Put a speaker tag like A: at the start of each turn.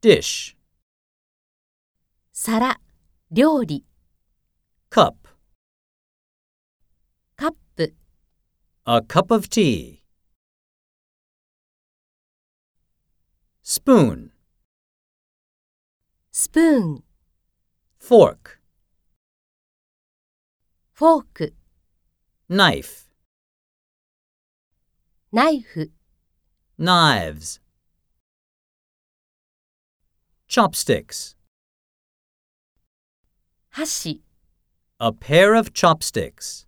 A: dish,
B: 皿、料理、
A: cup,
B: カップ、
A: a cup of tea. Spoon,
B: スプーン、
A: fork,
B: フォーク、
A: knife,
B: ナイフ、
A: knives. Chopsticks,
B: 箸。
A: a pair of chopsticks.